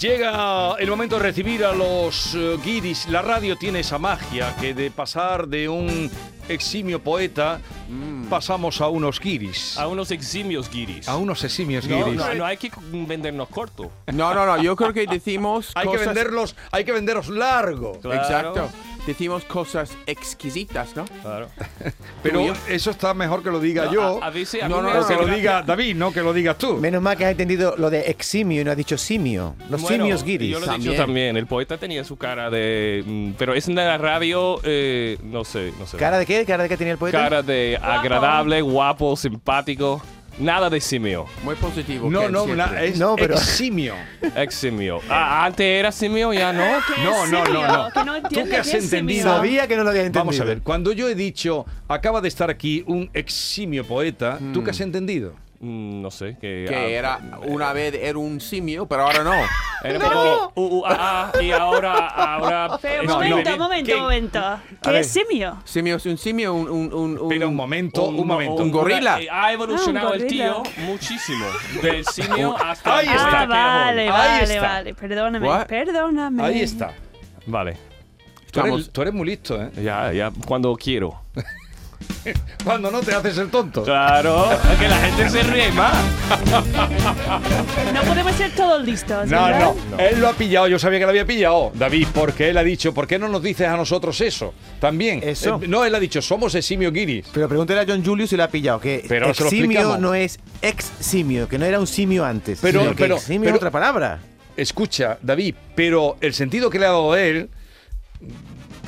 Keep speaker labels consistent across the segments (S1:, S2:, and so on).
S1: Llega el momento de recibir a los eh, guiris. La radio tiene esa magia que de pasar de un eximio poeta pasamos Mm. a unos guiris.
S2: A unos eximios guiris.
S1: A unos eximios
S2: no,
S1: guiris.
S2: no, no hay que vendernos corto.
S3: No, no, no, yo creo que decimos
S1: Hay que
S3: cosas...
S1: venderlos, hay que venderlos largo.
S2: Claro.
S3: Exacto. Decimos cosas exquisitas, ¿no?
S2: Claro.
S1: Pero
S3: Tuyo.
S1: eso está mejor que lo diga
S2: No,
S1: yo.
S2: a- a veces a
S3: No,
S2: mí
S3: no,
S2: me
S3: no,
S1: o
S2: hace
S1: que lo
S2: gracia.
S1: diga David, no que lo digas tú.
S4: Menos mal que has entendido lo de eximio y no has dicho simio. Los
S2: Bueno,
S4: simios guiris.
S2: Yo lo he dicho
S3: También.
S2: también. El poeta tenía su cara de. mm, Pero es en la radio. eh, no sé, no sé.
S4: ¿Cara de qué? ¿Cara de qué tenía el poeta?
S2: Cara de agradable, guapo, simpático. Nada de simio.
S3: Muy positivo.
S1: No,
S3: Ken,
S1: no,
S3: siempre.
S1: na- es
S4: No, pero-
S1: eximio.
S2: Ex simio. Ah, antes era simio, ya no.
S1: No, no, no, no.
S5: Que no
S1: Tú
S5: entiende
S1: que has
S5: qué es
S1: entendido.
S5: simio.
S4: Sabía que no lo había entendido.
S1: Vamos a ver, cuando yo he dicho acaba de estar aquí un eximio poeta, ¿tú qué has entendido?
S2: Mm, No sé. Que,
S3: Que
S2: ah,
S3: era una vez era un simio, pero ahora no.
S2: Era como. uh, uh, ah, ah, y ahora. ahora
S5: Pero un
S2: escribe
S5: momento,
S2: bien.
S5: momento,
S2: ¿Qué?
S5: momento.
S2: A
S5: ¿Qué
S2: ver.
S5: es simio?
S3: Simio es un simio, un... un, un, un-
S1: Pero un momento, un, momento.
S3: un gorila.
S2: eh, Ha evolucionado
S5: Ah, un
S2: el tío
S5: gorila.
S2: muchísimo. Del simio hasta
S1: Ahí
S2: hasta
S1: está.
S5: Ah,
S2: que ahora.
S5: vale,
S1: Ahí
S5: vale,
S1: está.
S5: vale. Perdóname,
S3: What?
S5: perdóname.
S1: Ahí está.
S2: Vale.
S1: Tú eres,
S3: Estamos-
S1: tú eres muy listo, ¿eh?
S2: Ya, ya, cuando quiero.
S1: Cuando no te haces el tonto.
S2: Claro, que la gente se ríe más.
S5: No podemos ser todos listos.
S1: No,
S5: ¿verdad?
S1: no, él lo ha pillado, yo sabía que lo había pillado. David, porque él ha dicho, ¿por qué no nos dices a nosotros eso? También.
S4: Eso.
S1: Eh, no, él ha dicho, somos eximio guiris.
S4: Pero pregúntale a John Julius si lo ha pillado. Que
S1: Pero se lo
S4: eximio
S1: explicamos.
S4: no es eximio, que no era un simio antes.
S1: Pero-
S4: sino que
S1: pero-
S4: eximio
S1: pero-
S4: es otra palabra.
S1: Escucha, David, pero el sentido que le ha dado él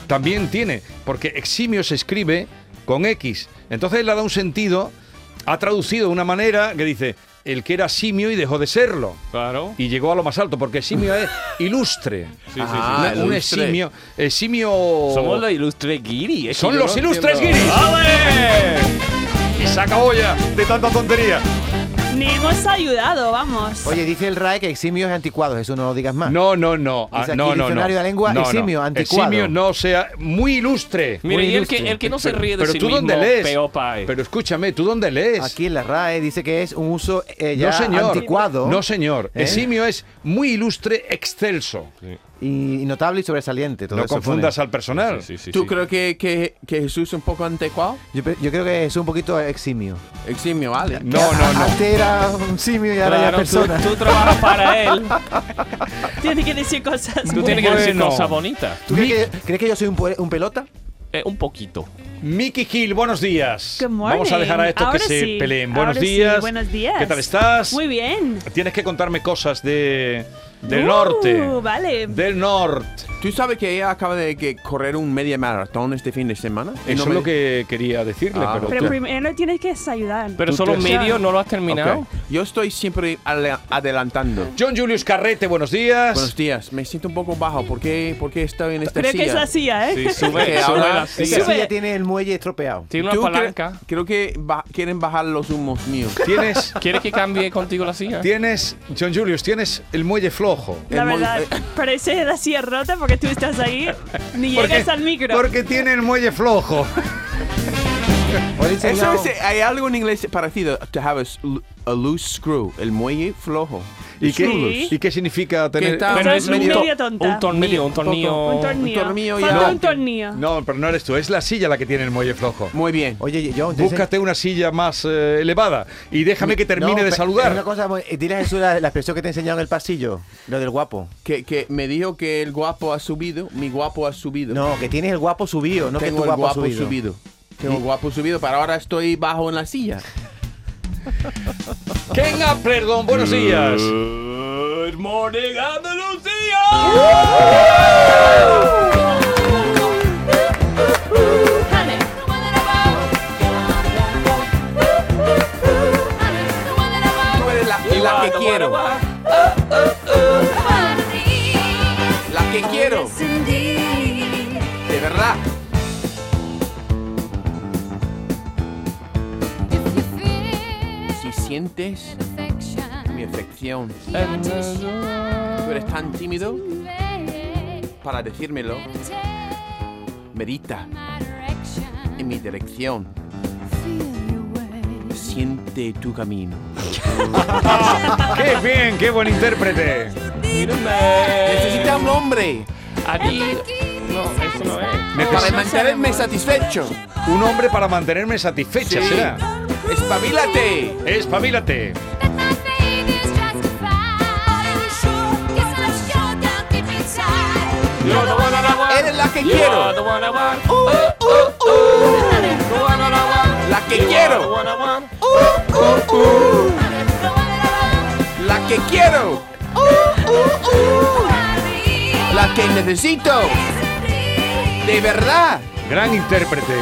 S1: también tiene, porque eximio se escribe con X. Entonces él le ha dado un sentido, ha traducido de una manera que dice, el que era simio y dejó de serlo.
S2: Claro.
S1: Y llegó a lo más alto, porque simio es ilustre.
S2: sí, sí.
S3: Ah,
S1: un
S3: ilustre.
S1: eximio. eximio.
S2: Somos los ilustres guiri.
S1: Son los ilustres guiris.
S2: ¡Vale!
S1: Y saca olla de tanta tontería.
S5: Ni hemos ayudado, vamos.
S4: Oye, dice el RAE que eximio es anticuado, eso no lo digas más.
S1: No, no, no. Ah,
S4: Dice aquí
S1: no, no, no.
S4: diccionario de la lengua,
S1: no, no.
S4: eximio, anticuado.
S1: Eximio no sea muy ilustre.
S2: Mire,
S4: Muy
S2: y el que,
S4: ilustre.
S2: el que no se ríe de
S1: pero
S2: sí
S1: tú
S2: mismo,
S1: dónde lees.
S2: peor pa' él.
S1: Pero escúchame, ¿tú dónde lees?
S4: Aquí en la RAE dice que es un uso eh, ya
S1: no, señor.
S4: anticuado
S1: No, señor.
S4: ¿Eh?
S1: Eximio es muy ilustre, excelso.
S4: y notable y sobresaliente. todo
S1: no
S4: eso pone.
S1: confundas al personal.
S2: Sí, sí, sí,
S3: ¿Tú
S2: sí.
S3: crees que, que, que Jesús es un poco anticuado?
S4: Yo, pe- yo creo que es un poquito eximio.
S3: Eximio, vale.
S1: No, no, no.
S4: Antes era un simio y ahora ya
S2: Claro,
S4: es persona.
S2: Tú, tú trabajas para él.
S5: Tiene que decir cosas.
S2: Tú
S5: muy-
S2: tienes que decir
S1: Bueno.
S2: cosas bonitas.
S4: ¿Tú crees que, crees que yo soy un, po- un pelota?
S2: Eh, un poquito.
S1: Miki Gil, buenos días.
S5: Good morning.
S1: Vamos a dejar a estos
S5: Ahora
S1: que se
S5: sí,
S1: peleen. Buenos
S5: ahora sí,
S1: días.
S5: buenos días.
S1: ¿Qué tal estás?
S5: Muy bien.
S1: Tienes que contarme cosas de del
S5: Uh,
S1: norte.
S5: Vale.
S1: Del norte.
S3: ¿Tú sabes que ella acaba de que correr un media maratón este fin de semana? Y
S1: Eso
S3: no me-
S1: es lo que quería decirle,
S3: Ah.
S1: pero,
S5: Pero
S1: tú-
S5: primero tienes que ayudar.
S2: Pero
S1: Tú
S2: solo
S1: te-
S2: medio no lo has
S3: Ok.
S2: terminado.
S3: Yo estoy siempre ale- adelantando.
S1: John Julius Carrete, buenos días.
S3: Buenos días. Me siento un poco bajo. ¿Por qué, por qué estoy en esta
S5: Creo
S3: silla?
S5: que es la silla, ¿eh?
S2: Sí, sube,
S3: Que
S2: sube
S3: ahora-
S2: la
S4: Esa
S2: silla.
S5: Sube.
S4: silla tiene el muelle estropeado.
S2: Tiene
S3: Tú
S2: una
S3: cre-
S2: palanca.
S3: Creo que ba- quieren bajar los humos míos.
S1: Tienes,
S2: ¿Quieres que cambie contigo la silla?
S1: tienes, John Julius, tienes el muelle flojo.
S5: La
S3: El mo-
S5: verdad,
S3: eh,
S5: parece la silla rota porque tú estás ahí, ni llegas al micro.
S1: Porque tiene el muelle flojo.
S4: Hoy he
S3: Eso
S4: enseñado-
S3: es, eh, hay algo en inglés parecido. To have a, s- a loose screw, el muelle flojo.
S1: ¿Y qué,
S5: Sí.
S1: ¿Y qué significa
S3: ¿Qué
S1: tener.?
S3: tal?
S2: Pero
S5: Esa
S2: es
S5: es
S2: un,
S5: media
S2: to-
S5: tonta.
S2: un tornillo, un tornillo.
S5: un tornillo.
S3: un tornillo
S5: Falta
S3: ya.
S5: un tornillo.
S1: No, pero no eres tú, es la silla la que tiene el muelle flojo.
S3: Muy bien.
S4: Oye, yo te enseño-
S1: Búscate una silla más eh, elevada y déjame que termine
S4: No,
S1: de
S4: pe- Una
S1: saludar.
S4: cosa, muy- eh, dile a Jesús la, la expresión que te he enseñado en el pasillo, lo del guapo.
S3: Que, que me dijo que el guapo ha subido. Mi guapo ha subido.
S4: No, que tienes el guapo subido, no que
S3: Tengo
S4: tu
S3: el
S4: guapo,
S3: guapo
S4: subido.
S3: subido. Tengo el guapo subido, pero ahora estoy bajo en la silla.
S1: Ken perdón, buenos días.
S2: Good morning, Andalucía.
S3: Tú eres la, la que quiero. La que quiero.
S6: Quiero. ti.
S3: De verdad.
S6: If you feel
S3: Si sientes
S6: an
S3: mi afección,
S6: affection, you're too shy
S3: tú eres tan tímido
S6: to lay it.
S3: para decírmelo.
S6: Meditate
S3: Medita
S6: my
S3: en
S6: direction.
S3: mi dirección.
S6: Feel your way.
S3: Siente tu camino.
S1: ¡Qué bien! ¡Qué buen intérprete!
S3: Necesita un hombre
S2: Adiós. No, eso no es.
S3: para
S1: Necesito
S3: mantenerme satisfecho.
S1: un hombre para mantenerme satisfecha,
S3: Sí.
S1: será.
S3: ¡Espabilate!
S1: Espabilate.
S6: That my faith is justified. Yes, I'm sure down deep inside.
S2: You're the one that I want.
S3: Eres la que
S2: You
S3: quiero. Uh,
S2: are the one I want. The one that I want.
S3: La que
S2: You are
S3: quiero.
S2: the one I want.
S6: The one that
S3: La que quiero.
S6: I want.
S3: La que necesito. De verdad.
S1: Gran intérprete.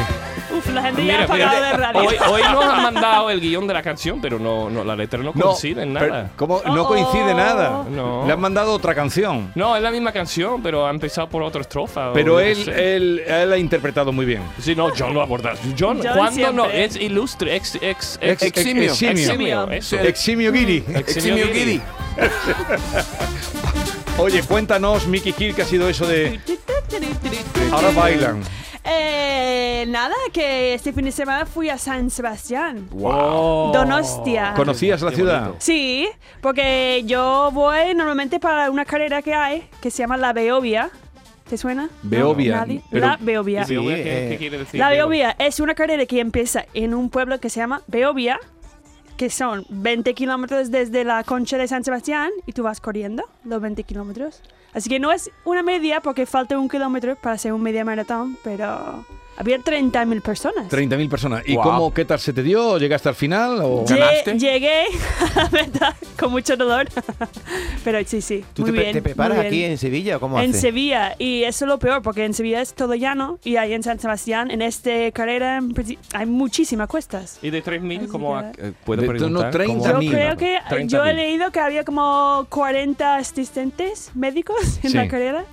S5: Uf, la gente ya
S2: Mira,
S5: ha pagado de
S2: fíjate,
S5: radio.
S2: hoy, hoy nos han mandado el guión de la canción, pero no, no la letra no coincide en
S1: pero
S2: nada.
S1: ¿cómo? No
S5: Oh.
S1: coincide nada.
S2: No.
S1: Le han mandado otra canción.
S2: No, es la misma canción, pero ha empezado por otra estrofa. o yo
S1: Pero
S2: qué
S1: él,
S2: sé.
S1: él, él ha interpretado muy bien.
S2: Sí, no, John lo aborda. John,
S5: John
S2: ¿cuándo no?
S5: siempre.
S2: Es ilustre, ex, ex,
S1: Ex-
S2: ex,
S3: Eximio.
S2: eximio, eso.
S1: Eximio Guiri.
S3: Eximio Giddy.
S1: Oye, cuéntanos, Mickey Kill, qué ha sido eso de Ahora bailan.
S5: Eh, nada, que este fin de semana fui a San Sebastián,
S2: Wow.
S5: Donostia.
S1: ¿Conocías la
S2: Qué
S1: ciudad?
S2: bonito.
S5: Sí, porque yo voy normalmente para una carrera que hay que se llama la Beovia. ¿Te suena?
S1: Beovia,
S5: Nadie.
S1: pero-
S5: la Beovia.
S4: Sí,
S2: Beovia, ¿Qué,
S4: eh,
S2: qué quiere decir?
S5: la Beovia es una carrera que empieza en un pueblo que se llama Beovia, que son 20 kilómetros desde la concha de San Sebastián y tú vas corriendo los 20 kilómetros. Así que no es una media porque falta un kilómetro para hacer un media maratón, pero había 30.000 personas.
S1: 30.000 personas. ¿Y
S3: Wow.
S1: cómo, qué tal se te dio? ¿Llegaste al final? O...
S5: Lle-
S3: ¿Ganaste?
S5: Llegué, la verdad, con mucho dolor. Pero sí, sí.
S4: ¿Tú
S5: muy
S4: te, pre-
S5: bien,
S4: te preparas
S5: muy
S4: aquí
S5: bien.
S4: en Sevilla o cómo
S5: En
S4: haces?
S5: Sevilla, y eso es lo peor, porque en Sevilla es todo llano y ahí en San Sebastián, en esta carrera, en princi- hay muchísimas cuestas.
S2: ¿Y de 3.000
S5: Así
S2: cómo
S5: que-
S2: ha- eh, puedo
S1: De- no,
S2: preguntar? ¿Cómo
S1: 30.000.
S2: ha-
S5: Yo
S1: mil,
S5: creo que yo
S2: 30.000.
S5: he leído que había como 40 asistentes médicos en
S1: Sí.
S5: la carrera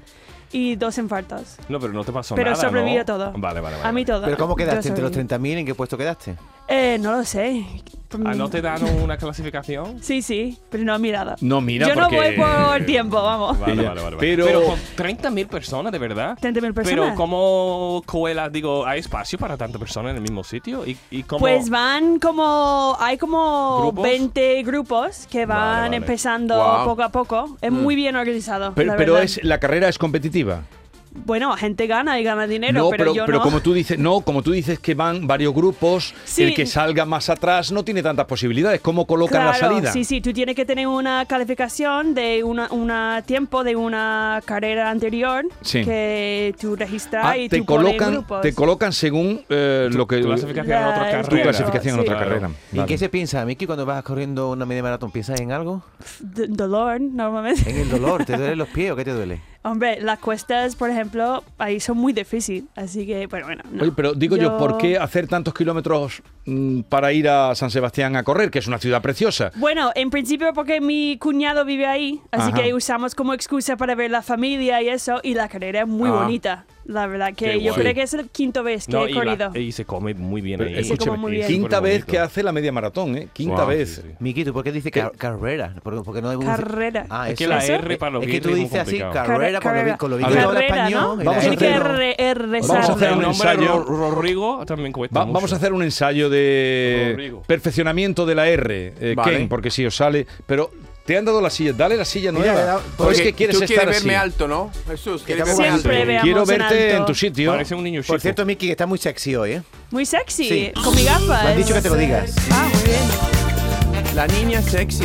S5: y dos infartos.
S2: No, pero no te pasó
S5: Pero
S2: nada, ¿no?
S5: sobreviví a todo.
S2: Vale, vale, vale.
S5: A mí todo.
S4: ¿Pero cómo
S5: Yo
S4: quedaste entre los
S5: sobreviví.
S4: 30.000? ¿En qué puesto quedaste?
S5: Eh, no lo sé.
S2: ¿Ah, no te dan una clasificación?
S5: Sí, sí, pero no he mirado.
S1: No, mira,
S5: Yo
S1: porque-
S5: no voy por tiempo, vamos.
S2: Vale,
S1: Ella-
S2: vale, vale, vale.
S1: pero-
S2: con 30.000 personas, de verdad.
S5: 30.000
S2: Pero
S5: personas.
S2: ¿cómo cuela? Digo, ¿hay espacio para tantas personas en el mismo sitio? ¿Y, y cómo?
S5: Pues van como. Hay como
S2: ¿Grupos?
S5: 20 grupos que van
S2: Vale, Mm. vale.
S5: empezando
S3: Wow.
S5: poco a poco. Es muy bien organizado.
S1: Pero,
S5: la
S1: pero
S5: verdad.
S1: es, la carrera es competitiva.
S5: Bueno, gente gana y gana dinero,
S1: no,
S5: pero, yo no.
S1: como tú dices, no, como tú dices que van varios grupos,
S5: Sí.
S1: el que salga más atrás no tiene tantas posibilidades. ¿Cómo colocan la
S5: Claro,
S1: salida?
S5: Sí, sí, tú tienes que tener una calificación de una, una tiempo de una carrera anterior
S1: Sí.
S5: que tú registras
S1: Ah,
S5: y
S1: te
S5: tú pones
S1: colocan,
S5: grupos.
S1: te colocan según eh, lo que
S2: tu clasificación en
S5: La-
S2: otra
S5: el
S2: carrera.
S1: tu clasificación en
S5: Sí.
S1: otra
S2: Claro.
S1: carrera.
S4: ¿Y
S1: Vale.
S4: qué se piensa, Miki, cuando vas corriendo una media maratón? ¿Piensas en algo?
S5: D- dolor, normalmente.
S4: ¿En el dolor? ¿Te duelen los pies o qué te duele?
S5: Hombre, las cuestas, por ejemplo, ahí son muy difíciles, así que, pero bueno. no.
S1: Oye, pero digo yo, ¿por qué hacer tantos kilómetros mm, para ir a San Sebastián a correr, que es una ciudad preciosa?
S5: Bueno, en principio porque mi cuñado vive ahí, así
S1: Ajá.
S5: que usamos como excusa para ver la familia y eso, y la carrera es muy
S3: Ah.
S5: bonita. La verdad
S2: Qué
S5: que yo
S2: guay.
S5: creo que es el quinto vez que
S2: No,
S5: he
S2: y,
S5: corrido.
S2: la- y se come muy bien ahí.
S5: se come muy bien.
S1: Quinta vez que
S2: hace
S1: hace la media maratón, ¿eh? Quinta
S2: Guau,
S1: vez.
S2: sí, sí.
S4: Miki, ¿tú por qué dices
S1: ¿Qué?
S4: car- carrera? ¿Por- Porque no hay un-
S5: Carrera.
S4: Ah,
S2: Es que
S4: eso-
S2: la
S4: eso-
S2: R para los
S4: Es que tú
S2: guirris es muy
S4: dices así,
S2: complicado.
S4: carrera, por lo vi- con lo vi que habla
S5: Carrera,
S4: español.
S5: ¿no?
S1: Vamos
S4: era
S1: a
S5: Tiene
S1: hacer-
S5: que
S4: R.
S5: re- eh, re-
S1: Vamos a
S5: rezar.
S1: hacer
S2: el
S1: un
S2: nombre de
S1: ensayo.
S2: Ro- Rodrigo también cuesta
S1: Va-
S2: mucho.
S1: vamos a hacer un ensayo de
S2: Rodrigo.
S1: perfeccionamiento de la R, eh,
S3: Vale.
S1: Ken, porque si os sale. Pero te han dado la silla, dale la silla
S4: Mira,
S1: nueva.
S4: le da-
S1: ¿O es que quieres
S3: tú
S1: estar
S3: quieres
S1: así?
S3: verme alto, ¿no? Jesús, quieres
S4: estamos
S3: verme alto.
S5: Siempre veamos
S1: Quiero
S5: en
S1: verte en,
S5: alto.
S1: tu sitio.
S2: Parece un niño chico.
S4: Por cierto, Miki, que está muy sexy hoy, ¿eh?
S5: Muy sexy,
S4: Sí.
S5: con mi
S4: Me
S5: gafas.
S4: han dicho que te lo digas.
S5: Ah, muy bien.
S3: La niña sexy.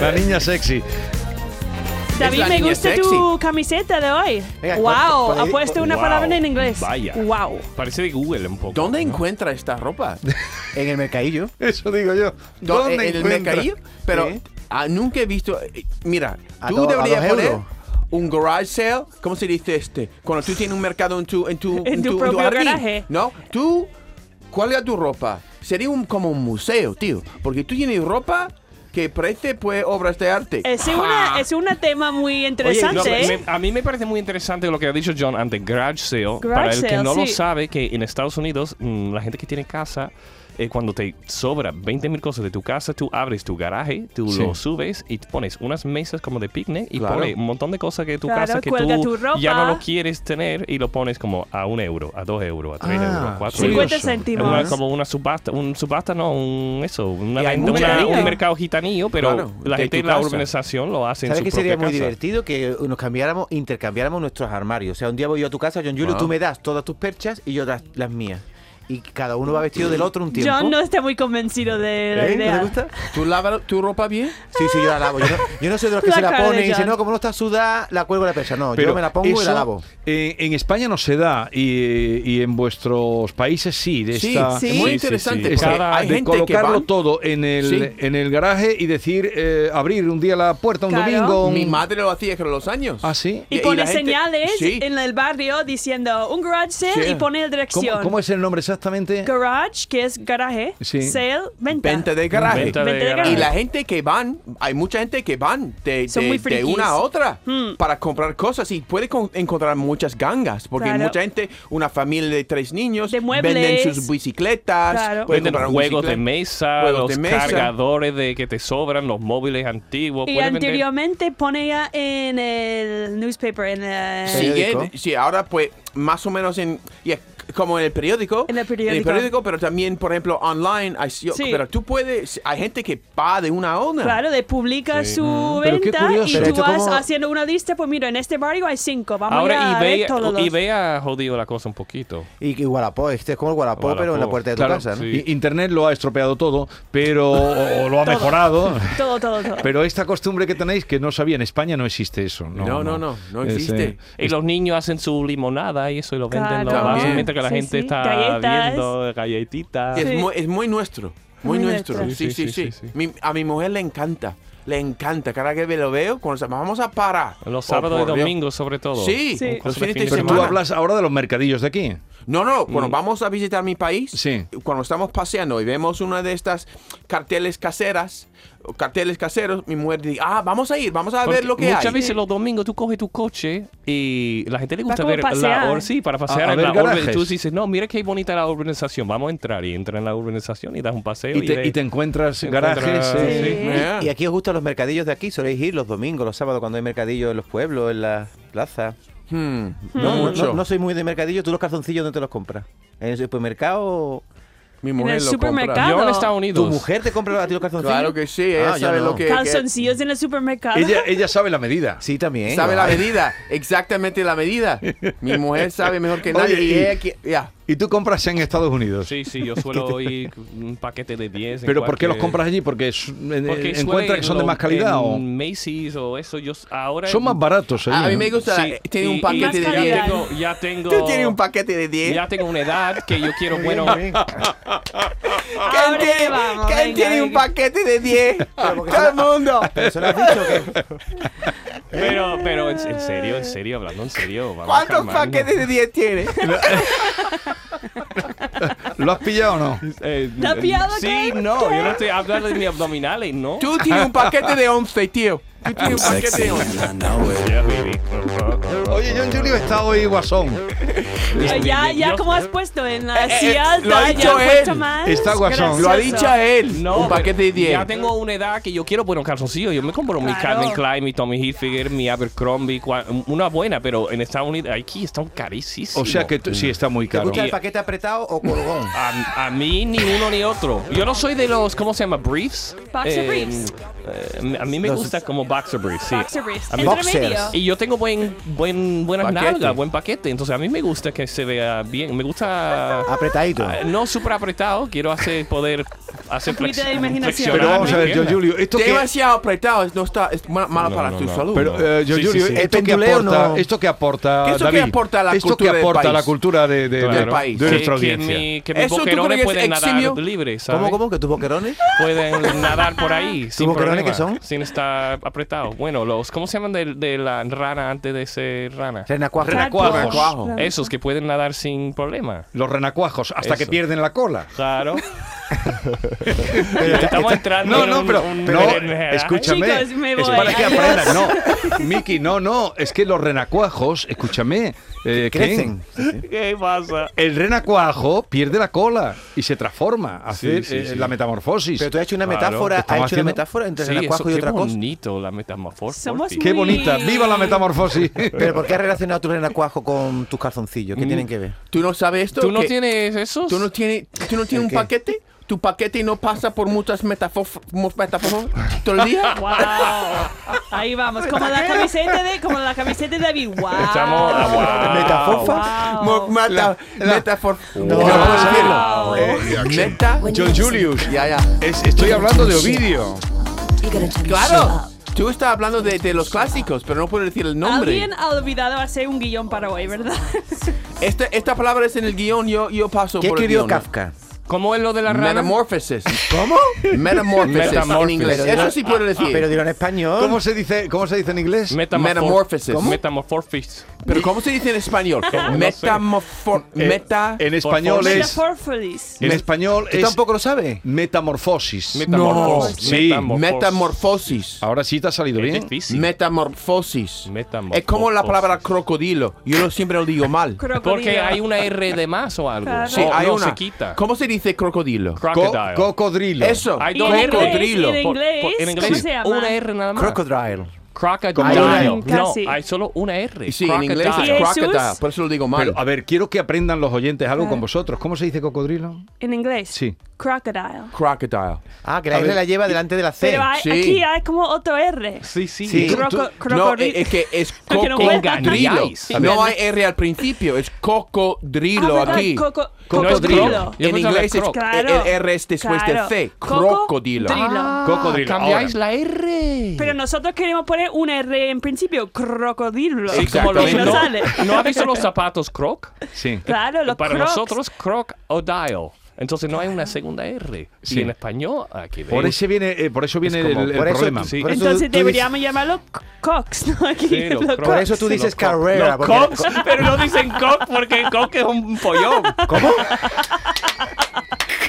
S1: La niña sexy.
S5: David,
S3: la
S5: me
S3: niña
S5: gusta
S3: sexy.
S5: tu camiseta de hoy.
S4: Venga,
S5: wow,
S4: por- por-
S5: ha puesto una
S2: Wow,
S5: palabra en inglés.
S2: vaya.
S5: Wow.
S2: Parece de Google un poco.
S3: ¿Dónde encuentra esta ropa?
S4: En el mercadillo.
S1: Eso digo yo.
S3: Do-
S1: ¿Dónde
S3: en eh, el
S1: encuentras?
S3: mercadillo, pero
S4: Sí.
S3: ah, nunca he visto. eh, Mira,
S4: A
S3: tú
S4: do- a
S3: deberías
S4: dos
S3: poner
S4: euros.
S3: un garage sale. ¿Cómo se dice este? Cuando tú tienes un mercado en tu en tu,
S5: En tu propio
S3: jardín,
S5: garaje.
S3: No, tú cuelga tu ropa. Sería un, como un museo, tío, porque tú tienes ropa que parece pues obras de arte.
S5: Es una, es un tema muy interesante.
S2: Lo que
S5: ¿eh?
S2: me- a mí me parece muy interesante lo que ha dicho John ante garage sale.
S5: Garage
S2: para el que
S5: sale,
S2: no lo
S5: sí.
S2: sabe, que en Estados Unidos mm, la gente que tiene casa, eh, cuando te sobra 20 mil cosas de tu casa, tú abres tu garaje, tú
S1: Sí.
S2: lo subes y pones unas mesas como de picnic y
S3: Claro.
S2: pones un montón de cosas que tu
S5: Claro,
S2: casa que
S5: cuelga
S2: tú
S5: tu ropa.
S2: ya no lo quieres tener y lo pones como a un euro, a dos euros, a tres
S3: Ah,
S2: euros, a cuatro euros.
S5: 50
S1: curioso.
S2: Es
S5: céntimos.
S2: una- como una subasta, un subasta no, un eso, una
S3: Y hay
S2: venta-
S3: mucha
S2: una-
S3: gente.
S2: un mercado gitanillo, pero
S3: Claro,
S2: la
S3: de
S2: gente
S3: tu
S2: en la
S3: casa.
S2: urbanización lo hace en
S4: ¿Sabes
S2: su
S4: qué sería
S2: propia
S4: muy
S2: casa.
S4: divertido? Que nos cambiáramos, intercambiáramos nuestros armarios. O sea, un día voy yo a tu casa, John Julio,
S3: Ah.
S4: tú me das todas tus perchas y yo las, las mías. Y cada uno va vestido del otro un tiempo.
S5: John no está muy convencido de la
S4: ¿Eh? ¿No
S5: idea.
S4: te gusta?
S3: ¿Tú lavas tu ropa bien?
S4: Sí, sí, yo la lavo. Yo no, yo no soy de los que
S5: La
S4: se la
S5: cara de
S4: pone y dice,
S5: John.
S4: no, como no está sudada, la cuelgo en la percha. No, yo me la pongo y
S1: eso,
S4: la lavo.
S1: eh, en España no se da y, y en vuestros países sí. De
S3: Sí,
S1: esta,
S5: Sí.
S3: es muy interesante.
S2: sí, sí.
S3: porque
S1: Cada-
S3: hay
S1: de
S3: gente
S1: colocarlo
S3: que va-
S1: todo en el,
S3: Sí.
S1: en el garaje y decir, eh, abrir un día la puerta, un
S5: Claro.
S1: domingo. un-
S3: Mi madre lo hacía con los años.
S1: ¿Ah, sí?
S5: Y,
S3: Y- y
S5: pone
S3: la gente-
S5: señales
S3: sí.
S5: en el barrio diciendo un garage sale
S3: Sí.
S5: y pone la
S1: ¿Cómo,
S5: dirección.
S1: cómo es el nombre exactamente?
S5: Garage, que es garaje,
S1: Sí.
S5: sale, venta.
S3: Venta de garaje.
S2: Venta de
S5: Venta de
S2: garaje.
S3: Y la gente que van, hay mucha gente que van de,
S5: Son
S3: de-
S5: muy
S3: de
S5: frikis.
S3: una a otra
S5: Hmm.
S3: para comprar cosas y puede con- encontrar muchas gangas, porque
S5: Claro.
S3: mucha gente, una familia de tres niños,
S5: De
S3: venden
S5: muebles.
S3: sus bicicletas,
S5: Claro.
S3: pueden
S2: Venden
S3: comprar un
S2: juegos de
S3: bicicleta.
S2: mesa,
S3: juegos
S2: los
S3: de mesa.
S2: cargadores de que te sobran, los móviles antiguos.
S5: Y
S2: puedes vender-
S5: anteriormente ponía en el newspaper, en el...
S3: Sí,
S4: periódico.
S3: eh, sí, ahora pues más o menos en ya, c- como en el periódico.
S5: En el periódico.
S3: pero también, por ejemplo, online. hay si-
S5: Sí.
S3: Pero tú puedes, hay gente que va de una a una.
S5: Claro, de publica
S2: Sí.
S5: su
S1: pero qué
S5: venta
S1: curioso.
S5: y
S4: Pero
S5: tú
S4: esto
S5: vas
S4: como-
S5: haciendo una lista, pues mira, en este barrio hay cinco, vamos a ir
S2: Ahora
S5: a
S2: eBay,
S5: ver todos los...
S2: eBay ha jodido la cosa un poquito.
S4: Y, y Wallapop, este es como el Wallapop, pero en la
S2: Wallapop,
S4: puerta de tu
S1: Claro,
S4: casa, ¿no?
S2: sí.
S1: I- Internet lo ha estropeado todo, pero o, o lo ha mejorado.
S5: Todo, todo, todo.
S1: Pero esta costumbre que tenéis, que no sabía, en España no existe eso. No,
S3: No, no, no, no existe.
S2: Y los niños hacen su limonada y eso y lo venden en los
S5: Claro.
S2: vasos,
S3: También.
S2: mientras que la
S5: Sí,
S2: gente
S5: sí.
S2: está
S5: Galletas.
S2: viendo galletitas.
S3: Es,
S5: Sí.
S3: muy, es muy nuestro. Muy,
S5: Muy
S3: nuestro.
S5: nuestro.
S3: Sí, sí, sí.
S2: sí, sí.
S3: Mi- a mi mujer le encanta. Le encanta. Cada vez que lo veo, cuando se- vamos a parar.
S2: Los
S3: Oh,
S2: sábados y
S3: por Dios.
S2: domingos, sobre todo.
S3: Sí,
S5: Sí.
S3: los
S2: Cosas de fin
S3: fines de
S2: de Mm.
S1: Pero
S3: semana.
S1: tú hablas ahora de los mercadillos de aquí.
S3: No, no, cuando vamos a visitar mi país,
S1: Sí.
S3: cuando estamos paseando y vemos una de estas carteles caseras, o carteles caseros, mi mujer dice, ah, vamos a ir, vamos a ver
S2: Porque
S3: lo que
S2: muchas
S3: hay.
S2: veces los domingos tú coges tu coche y la gente le gusta
S5: como
S2: ver
S5: pasear.
S2: la or- sí, para pasear
S1: a
S2: en
S1: ver
S2: la urbe-
S1: garajes.
S2: Tú dices, no, mira qué bonita la urbanización, vamos a entrar y entra en la urbanización y das un paseo
S1: Y te,
S2: de-
S1: y te encuentras
S2: te
S1: garajes.
S2: encuentras-
S1: eh,
S5: Sí.
S3: Yeah.
S4: Y aquí os gustan los mercadillos de aquí, soléis ir los domingos, los sábados, cuando hay mercadillos en los pueblos, en las plazas.
S3: Hmm, no
S4: No, no,
S3: mucho.
S4: no- no soy muy de mercadillo, tú los calzoncillos no te los compras. En el supermercado.
S3: mi
S5: En
S3: mujer
S5: el
S3: lo compra.
S5: supermercado.
S2: Yo en Estados Unidos.
S4: ¿Tu mujer te compra a ti los calzoncillos?
S3: Claro que sí, ella
S4: Ah, yo
S3: sabe
S4: no.
S3: lo que... que-
S5: Calzoncillos en el supermercado.
S1: Ella, ella sabe la medida.
S4: Sí, también.
S3: Sabe la
S4: Ay,
S3: medida, exactamente la medida. Mi mujer sabe mejor que nadie.
S1: Oye,
S3: y
S1: y-
S3: ella que- ya.
S1: Y tú compras en Estados Unidos.
S2: Sí, sí, yo suelo ir un paquete de 10. en
S1: Pero ¿por qué los
S2: cualquier-
S1: compras allí? Porque, su- eh,
S2: Porque suele
S1: encuentras que son de
S2: lo-
S1: más calidad
S2: en Macy's o eso, yo s- ahora...
S1: o son más eh, baratos. allí,
S3: Ah, A mí
S1: ¿no?
S3: me gusta, eh,
S2: Sí,
S3: tiene
S2: y-
S3: un
S2: y-
S3: paquete
S5: Más
S3: de
S2: ya
S5: calidad.
S3: 10.
S2: tengo- Ya tengo...
S3: Tú tienes un paquete de 10.
S2: Ya tengo una edad que yo quiero, bueno...
S5: Ahora que vamos,
S3: ¿Quién
S5: venga,
S3: tiene un
S5: venga.
S3: paquete de 10? Todo el mundo.
S4: Pero se lo has dicho que.
S2: Pero, pero, en, en serio, en serio, hablando en serio. vamos
S3: ¿Cuántos
S2: calmando.
S3: paquetes de 10 tiene?
S1: ¿Lo has pillado o no?
S2: Eh,
S5: ¿Te has pillado
S2: Sí,
S5: con-
S2: no,
S5: qué?
S2: yo no estoy hablando de mis abdominales, ¿no?
S3: Tú tienes un paquete de 11, tío. Tú tienes un paquete de 11.
S2: Yeah, baby.
S1: Oye, John Julio está hoy guasón.
S5: Eh, ya, ya,
S2: Yo-
S5: como has puesto en la
S3: eh, lo
S5: silla
S3: ha
S5: alta, ya
S3: dicho
S5: has puesto
S3: él.
S5: más.
S1: Está guasón.
S3: Lo ha
S5: gracioso.
S3: dicho él.
S2: No,
S3: un paquete de 10.
S2: Ya tengo una edad que yo quiero buenos calzoncillos. Yo me compro mi
S5: Claro.
S2: Calvin Klein, mi Tommy Hilfiger, mi Abercrombie, cua- una buena, pero en Estados Unidos, aquí están carísimos.
S1: O sea que tú- sí está muy
S4: ¿Te
S1: caro.
S4: gusta el paquete apretado o colgón?
S2: A, a mí ni uno ni otro. Yo no soy de los, ¿cómo se llama? Briefs.
S5: Boxer briefs.
S2: eh, a mí me
S4: Los-
S2: gusta como boxer briefs, sí.
S5: Boxer briefs.
S2: A mí-
S5: Entre
S4: Boxers.
S5: medio.
S2: Y yo tengo buen, buen, buenas
S3: Paquete.
S2: nalgas, buen paquete. Entonces a mí me gusta que se vea bien. Me gusta.
S4: Apretadito.
S2: ah, no súper apretado. Quiero hacer poder hacer
S5: Fluida
S2: flexi-
S5: imaginación.
S2: flexionar
S1: Pero vamos
S2: mi
S1: a ver, John
S3: ¿eh?
S2: pierna.
S1: Julio, esto que,
S3: Demasiado apretado. No está, es ma- malo
S2: No,
S3: para
S2: no,
S3: tu
S2: no.
S3: salud.
S1: pero, eh, John
S2: Sí, sí,
S1: Julio,
S2: sí.
S1: esto
S4: El
S1: que
S4: penduleo
S1: aporta,
S4: no-
S1: esto que aporta,
S3: ¿Qué es lo que
S1: David?
S3: aporta la
S1: esto que
S3: cultura del
S1: aporta
S3: país?
S1: la cultura de, de-
S2: Claro.
S1: de-
S3: país.
S1: de
S2: Que-
S1: nuestra
S2: que,
S1: audiencia.
S2: mi- que mis
S3: ¿Eso tú
S2: boquerones
S3: crees
S2: pueden nadar
S3: eximio?
S2: libre, ¿sabes?
S4: ¿Cómo, cómo? ¿Que tus boquerones?
S2: Pueden nadar por ahí. sin
S4: boquerones
S2: problema,
S4: qué son?
S2: Sin estar apretados. Bueno, los. ¿Cómo se llaman de, de la rana antes de ser rana?
S4: Renacuajo.
S1: Renacuajos.
S3: Renacuajo.
S2: Esos que pueden nadar sin problema.
S1: Los renacuajos, hasta que
S2: Eso.
S1: pierden la cola.
S2: Claro. Estamos entrando
S1: No,
S2: en
S1: no,
S2: un-
S1: pero
S2: un ¿eh?
S1: no,
S2: berenjena.
S1: escúchame.
S5: Chicos, me
S1: Es
S5: voy.
S1: para que
S5: Adiós.
S1: aprendan. No, Miki, no, no. Es que los renacuajos, escúchame, eh, Ken,
S4: Crecen.
S2: ¿Qué pasa?
S1: El renacuajo pierde la cola y se transforma, hace
S2: Sí, sí,
S1: eh,
S2: sí.
S1: la metamorfosis.
S4: Pero tú has hecho una
S2: Claro,
S1: estamos
S4: metáfora, has hecho una
S1: haciendo-
S4: metáfora entre
S2: Sí,
S4: el
S2: eso,
S4: renacuajo y
S2: qué
S4: otra cosa.
S2: bonito la metamorfosis.
S5: Somos
S1: Qué bonita,
S5: Uy.
S1: viva la metamorfosis.
S4: Pero ¿por qué has relacionado tu renacuajo con tus calzoncillos?
S1: Mm.
S4: ¿Qué tienen que ver?
S3: ¿Tú no sabes esto?
S2: ¿Tú no
S3: Que-
S2: tienes eso?
S3: ¿Tú no tienes, tú no tienes un
S4: qué?
S3: paquete? ¿Tu paquete no pasa por muchas metáforas todo el día?
S5: ¡Wow! Ahí vamos, como la camiseta de, como la camiseta de David. ¡Wow!
S2: Estamos- ah, wow.
S4: Metafofas.
S3: Mo-
S5: Wow.
S3: Mata, metafor.
S4: Wow.
S3: puedo decirlo. Meta.
S1: John Julius.
S3: Ya, ya.
S1: Es- estoy hablando de Ovidio.
S3: Claro. Tú estás hablando de, de los clásicos, pero no puedo decir el nombre.
S5: Alguien ha olvidado hacer un guión para hoy, ¿verdad?
S3: Esta, Este, esta palabra es en el guión, yo, yo paso
S4: ¿Qué
S3: por el
S4: escribió
S3: guión.
S4: Kafka?
S2: ¿Cómo es lo de la rana?
S3: Metamorphosis. ¿Cómo? Metamorphosis en
S2: Metamorphosis.
S3: inglés. Eso sí puedo decir.
S4: Ah, Pero dilo en español.
S1: ¿Cómo se dice, cómo se dice en inglés?
S2: Metamorfo-
S3: Metamorphosis. ¿Cómo?
S2: Metamorphosis.
S3: Pero ¿cómo se dice en español? Metamorfo...
S1: Eh,
S3: Meta...
S1: en español es
S5: Metaforfolis.
S1: en español
S4: ¿Tú
S1: es
S4: tampoco lo sabes?
S1: metamorfosis.
S2: Metamorfosis.
S1: Sí.
S3: Metamorfosis.
S2: Ah,
S1: Ahora sí te ha salido
S2: Es
S1: bien.
S2: difícil.
S3: Metamorfosis.
S2: Metamorfosis.
S3: Es como la palabra crocodilo. Yo lo siempre lo digo mal.
S5: Crocodilo.
S2: Porque hay una R de más o algo.
S5: Claro.
S3: Sí,
S2: O
S3: hay
S2: no
S3: una.
S2: se quita.
S3: ¿Cómo se dice crocodilo?
S1: Co-
S2: Crocodile.
S1: cocodrilo.
S3: Eso.
S2: Hay
S5: Y
S2: dos
S5: en
S2: R.
S5: inglés, y en
S2: Por-
S5: inglés,
S2: por- en
S5: ¿cómo
S2: inglés,
S5: se llama?
S2: Una R nada más.
S4: Crocodile.
S2: Crocodile.
S4: Hay una R.
S2: No,
S5: Casi.
S2: hay solo una R.
S3: Sí, en inglés
S5: ¿Y
S3: es
S2: Crocodile.
S5: Jesús?
S3: crocodile. Por eso lo digo mal.
S1: Pero a ver, quiero que aprendan los oyentes algo
S5: Claro.
S4: Ah.
S1: con vosotros. ¿Cómo se dice cocodrilo?
S5: En inglés.
S1: Sí.
S5: Crocodile.
S3: crocodile.
S4: Ah, que la
S1: A
S4: R
S1: ver.
S4: la lleva delante de la C.
S5: Pero ah, hay-
S3: sí.
S5: aquí hay como otro R.
S2: Sí, sí.
S4: Sí.
S5: Croco-
S3: No,
S5: crocodil-
S3: es es que es
S5: Que no puede-
S3: cocodrilo.
S2: Engañáis.
S3: No hay R al principio. Es cocodrilo
S5: Ah, ¿verdad?
S3: aquí.
S5: Coco-
S2: No es
S5: Cocodrilo.
S2: croco. Yo
S3: En
S2: pensaba
S3: inglés es
S2: croc.
S5: Claro.
S3: el R es después
S5: Claro.
S3: de C.
S5: Coco-
S3: Crocodilo. Ah.
S5: drilo.
S1: Cocodrilo.
S2: Ah, Cambiáis
S1: Ahora.
S2: la R.
S5: Pero nosotros queremos poner un R en principio, crocodilo.
S2: Sí, como
S5: Y
S2: los,
S3: Exactamente.
S5: no,
S2: no,
S5: sale.
S2: ¿No ha visto los zapatos croc?
S1: Sí.
S5: Claro, los
S2: Para
S5: crocs.
S2: nosotros, croc o dial. Entonces no hay una segunda R.
S1: Sí.
S2: Y en español, aquí
S1: Por,
S2: veis.
S1: ese viene, eh, por eso viene
S4: Es como-
S1: el, el
S4: por eso-
S1: problema.
S2: sí.
S4: por eso
S5: Entonces
S4: tú dices-
S5: deberíamos llamarlo c- Cox, ¿no? Aquí,
S2: Sí, los
S5: los
S2: crocs.
S4: Por eso tú
S2: Sí,
S4: dices
S2: los crocs.
S4: carrera.
S2: Los
S4: porque-
S2: cops, pero no dicen cock porque cock es un follón.
S4: ¿Cómo?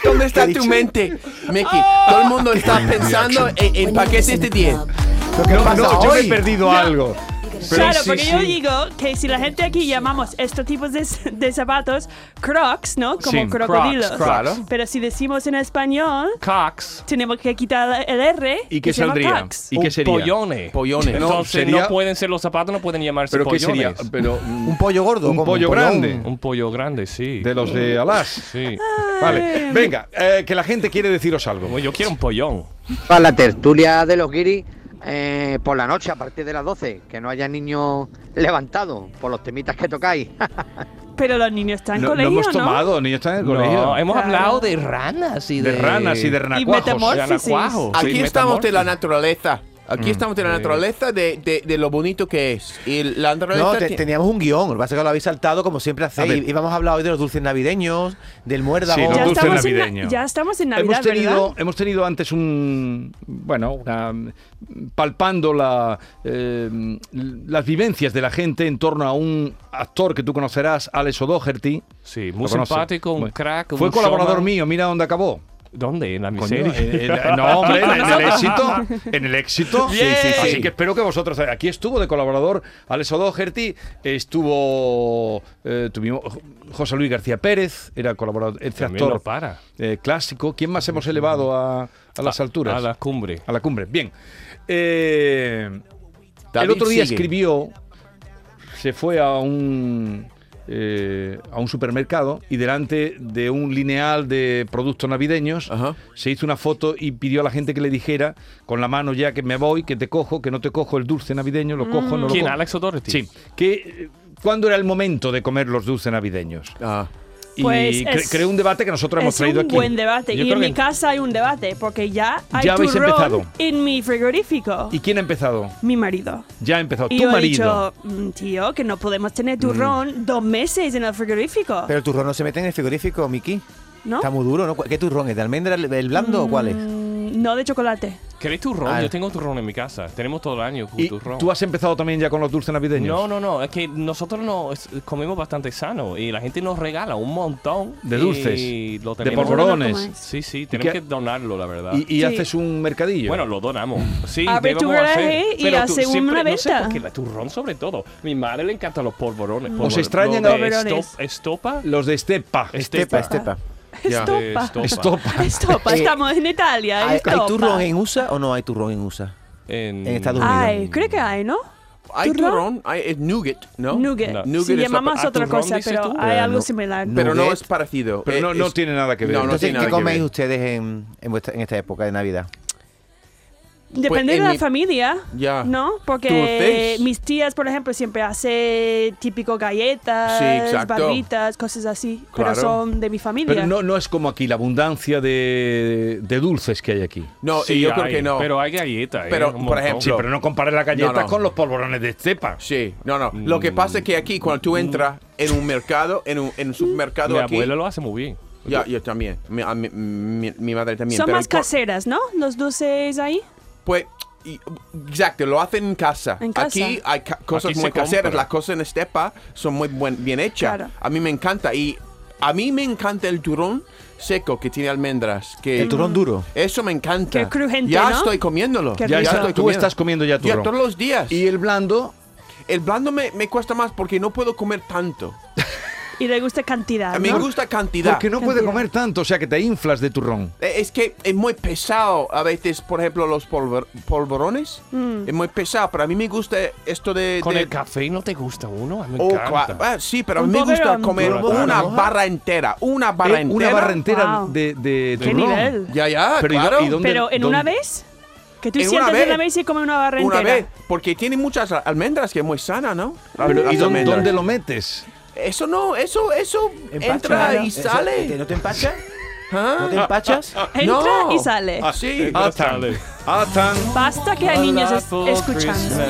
S3: ¿Dónde está
S4: ¿Qué he
S3: tu
S4: dicho?
S3: mente, Mickey? Todo el mundo está pensando en, en paquetes de 10.
S4: Lo que pasa
S1: No, yo me
S4: hoy.
S1: he perdido algo. Pero
S5: claro,
S1: sí,
S5: porque yo
S1: sí.
S5: digo que si la gente aquí llamamos estos tipos de, s- de zapatos crocs, ¿no? Como
S1: Sí, crocs,
S5: crocodilos.
S2: claro.
S5: Pero si decimos en español,
S2: Cox.
S5: tenemos que quitar el R.
S1: ¿Y qué
S5: se llama
S1: saldría?
S5: Crocs.
S1: ¿Y qué sería?
S2: Pollone.
S3: Pollones.
S2: Entonces
S1: No, sería-
S2: no pueden ser los zapatos, no pueden llamarse
S1: ¿Pero qué
S2: pollones.
S1: sería? Pero,
S4: Un pollo gordo.
S1: Un
S4: como
S1: pollo
S4: pollón.
S1: grande.
S2: Un pollo grande, sí.
S1: de los de Alas.
S2: Sí.
S1: Vale. Venga, eh, que la gente quiere deciros algo.
S2: Como yo quiero un pollón.
S7: Para la tertulia de los guiris eh, por la noche, a partir de las 12, que no haya niños levantados por los temitas que tocáis.
S5: Pero los niños están en
S1: No, no
S5: colegio,
S1: hemos
S5: ¿no?
S1: tomado, niños están en el
S2: No,
S1: colegio. Ah,
S2: hemos
S5: Claro.
S2: hablado de ranas y de...
S1: de ranas y de renacuajos.
S5: metamor-
S2: anacuajos.
S3: Aquí
S2: Sí,
S3: estamos de la
S2: metamorfosis.
S3: naturaleza. Aquí estamos de la naturaleza de, de- de lo bonito que es. Y la naturaleza.
S4: No, te-
S3: ti-
S4: teníamos un guión. Lo que pasa es que lo habéis saltado como siempre
S1: A
S4: hacéis.
S1: ver.
S4: Y vamos a hablar hoy de los dulces navideños, del muérdago.
S1: Sí, los
S5: Ya
S1: dulces
S5: estamos, en
S1: navideños.
S5: na- ya estamos en Navidad,
S1: hemos tenido,
S5: ¿verdad?
S1: hemos tenido antes un bueno, una, palpando la, eh, las vivencias de la gente en torno a un actor que tú conocerás, Alex O'Doherty.
S2: Sí,
S1: Lo
S2: muy
S1: conoces.
S2: simpático, un
S1: Bueno,
S2: crack.
S1: Fue
S2: un
S1: colaborador
S2: showman.
S1: mío, mira dónde acabó.
S2: ¿Dónde? ¿En la
S1: Coño,
S2: miseria?
S1: en- en- no, hombre, en el éxito. En el éxito.
S2: Sí, sí, sí.
S1: Así que espero que vosotros. eh, Aquí estuvo de colaborador Alex O'Doherty, estuvo. eh, tuvimos José Luis García Pérez, era colaborador, este
S2: También
S1: actor
S2: no para.
S1: eh, clásico. ¿Quién más hemos elevado a, a las
S2: A-
S1: alturas?
S2: A la cumbre.
S1: A la cumbre. Bien. Eh, el
S3: David
S1: otro día
S3: sigue.
S1: escribió, se fue a un eh, a un supermercado y delante de un lineal de productos navideños
S3: Ajá.
S1: se hizo una foto y pidió a la gente que le dijera con la mano ya que me voy, que te cojo, que no te cojo el dulce navideño, lo cojo, no lo
S2: ¿Quién?
S1: cojo.
S2: Alex O'Doherty.
S1: Sí, que eh, cuándo era el momento de comer los dulces navideños.
S3: Ah.
S1: Y
S5: Pues
S1: cre-
S5: es-
S1: creó un debate que nosotros hemos
S5: Es
S1: traído
S5: un
S1: aquí.
S5: buen debate.
S2: Yo
S5: y
S2: creo
S5: en
S2: que-
S5: mi casa hay un debate porque ya hay
S1: Ya habéis
S5: turrón
S1: empezado.
S5: en mi frigorífico.
S1: ¿Y quién ha empezado?
S5: Mi marido.
S1: Ya ha empezado.
S5: Y
S1: tu
S5: yo he
S1: marido.
S5: dicho, "Mm, tío, que no podemos tener turrón dos meses en el frigorífico.
S4: Pero el turrón no se mete en el frigorífico, Miki.
S5: ¿No?
S4: Está muy duro, ¿no? ¿Qué turrón es? ¿De almendra, el el blando o cuál es?
S5: Mm, No de chocolate.
S2: ¿Queréis turrón?
S4: Ah.
S2: Yo tengo turrón en mi casa. Tenemos todo el año con
S1: ¿Y
S2: turrón.
S1: tú has empezado también ya con los dulces navideños?
S2: No, no, no. Es que nosotros no es- comemos bastante sano y la gente nos regala un montón
S1: De
S2: y
S1: dulces,
S2: lo
S1: de
S2: tenemos-
S1: polvorones.
S2: Sí, sí. Tenemos
S1: qué-
S2: que donarlo, la verdad.
S1: Y, y
S5: Sí.
S1: haces un mercadillo.
S2: Bueno, lo donamos. Sí,
S5: Abre tu
S2: debemos hacer.
S5: garaje y
S2: Pero tú
S5: hace una
S2: siempre- No sé
S5: venta.
S2: por qué, la turrón sobre todo. Mi madre le encantan los polvorones.
S1: ¿Os
S2: polvor-
S1: extrañan
S2: lo de
S5: Polvorones.
S2: estop- estopa?
S1: los de Estepa.
S4: Estepa, estepa.
S2: Ya. Eh,
S5: Estopa.
S1: Estopa.
S5: Estopa.
S4: Eh,
S5: Estamos en Italia.
S4: ¿Hay,
S5: estopa.
S4: hay turrón en USA o no hay turrón en USA?
S2: En,
S4: En Estados Unidos.
S5: Ay, creo que hay, ¿no?
S3: Hay
S5: ¿Turrón?
S3: turrón, hay, es nougat, ¿no?
S5: Nugget.
S2: No.
S3: Nugget
S5: Si
S3: es la-
S5: llamamos
S2: ah,
S5: otra
S2: turrón,
S5: cosa,
S2: dices
S5: pero
S2: tú.
S5: hay
S4: Eh,
S5: algo
S4: no-
S5: similar.
S4: no.
S3: Pero no
S4: Nougat.
S3: es parecido.
S1: Pero
S3: Eh,
S1: no, no
S3: es-
S1: tiene nada que ver.
S3: No, no
S4: Entonces,
S3: tiene
S4: ¿qué
S3: nada que
S4: coméis
S3: ver.
S4: ustedes en, en vuestra- en esta época de Navidad?
S5: Depende
S3: Pues,
S5: de
S3: en
S5: la
S3: mi-
S5: familia,
S3: Ya.
S5: ¿no? Porque
S3: Dulces.
S5: mis tías, por ejemplo, siempre hacen típico galletas,
S3: Sí, exacto.
S5: barbitas, cosas así.
S3: Claro.
S5: Pero son de mi familia.
S1: Pero no, no es como aquí, la abundancia de, de dulces que hay aquí.
S3: No,
S2: Sí,
S3: yo creo
S2: hay,
S3: que no.
S2: Pero hay galletas. eh,
S3: Pero,
S2: un
S3: por
S2: montón.
S3: ejemplo,
S1: Sí, pero no compares las galletas
S3: No, no.
S1: con los polvorones de Estepa.
S3: Sí, no, no. Lo que pasa es que aquí, cuando tú entras en un mercado, en un, en un supermercado
S2: Mi
S3: aquí.
S2: abuela lo hace muy bien.
S3: Ya, yo también. Mi, a mi- mi- mi madre también.
S5: son
S3: pero
S5: más
S3: por-
S5: caseras, ¿no? Los dulces ahí.
S3: Pues, y- exacto, lo hacen en casa.
S5: En casa.
S3: Aquí hay ca- cosas
S2: Aquí se
S3: muy caseras,
S2: compra.
S3: las cosas en estepa son muy buen- bien hechas.
S5: Claro.
S3: A mí me encanta. Y a mí me encanta el turrón seco que tiene almendras. Que
S4: El turrón duro.
S3: Eso me encanta.
S5: Qué crujiente,
S3: Ya
S5: ¿no?
S3: estoy comiéndolo.
S5: Qué
S1: Ya
S5: rico.
S1: está,
S3: estoy
S1: tú
S3: comiendo.
S1: estás comiendo ya
S3: Ya
S1: turrón.
S3: todos los días.
S1: y el blando,
S3: El blando me, me cuesta más porque no puedo comer tanto.
S5: Y le gusta cantidad.
S3: A mí
S5: Ah, ¿no?
S3: me gusta cantidad.
S1: porque no puede
S5: Cantidad.
S1: comer tanto, o sea que te inflas de turrón.
S3: Eh, Es que es muy pesado a veces, por ejemplo, los polvor- polvorones.
S5: Mm.
S3: Es muy pesado, pero a mí me gusta esto de...
S2: Con
S3: de-
S2: el café no te gusta uno. A mí me
S3: Oh,
S2: encanta.
S3: cua- ah, sí, pero a mí
S5: Un
S3: me gusta
S5: polvorón.
S3: comer
S2: Polvorón.
S3: una
S2: Ajá.
S3: barra entera. Una barra
S1: Eh,
S3: entera.
S1: Una barra entera
S5: Wow.
S1: de, de
S5: Qué
S1: turrón. Ah,
S5: nivel.
S3: Ya, ya,
S1: Pero ¿y do-
S3: claro.
S1: y dónde-
S5: Pero en una
S1: dónde-
S5: vez, que tú
S3: En una
S5: sientas
S3: vez.
S5: en la mesa y comes una barra
S3: Una
S5: entera.
S3: vez, porque tiene muchas al- almendras que es muy sana, ¿no?
S1: Pero,
S3: Las
S1: ¿Y dó- dónde,
S3: almendras.
S1: lo metes?
S3: Eso no, eso, eso entra y sale.
S4: ¿No te empachas?
S3: ¿Ah?
S4: ¿No te empachas?
S5: Entra
S3: No.
S5: y sale.
S3: Sí.
S2: Ah,
S1: Atan.
S2: sale.
S1: Atan.
S5: Basta que hay niños es- escuchando.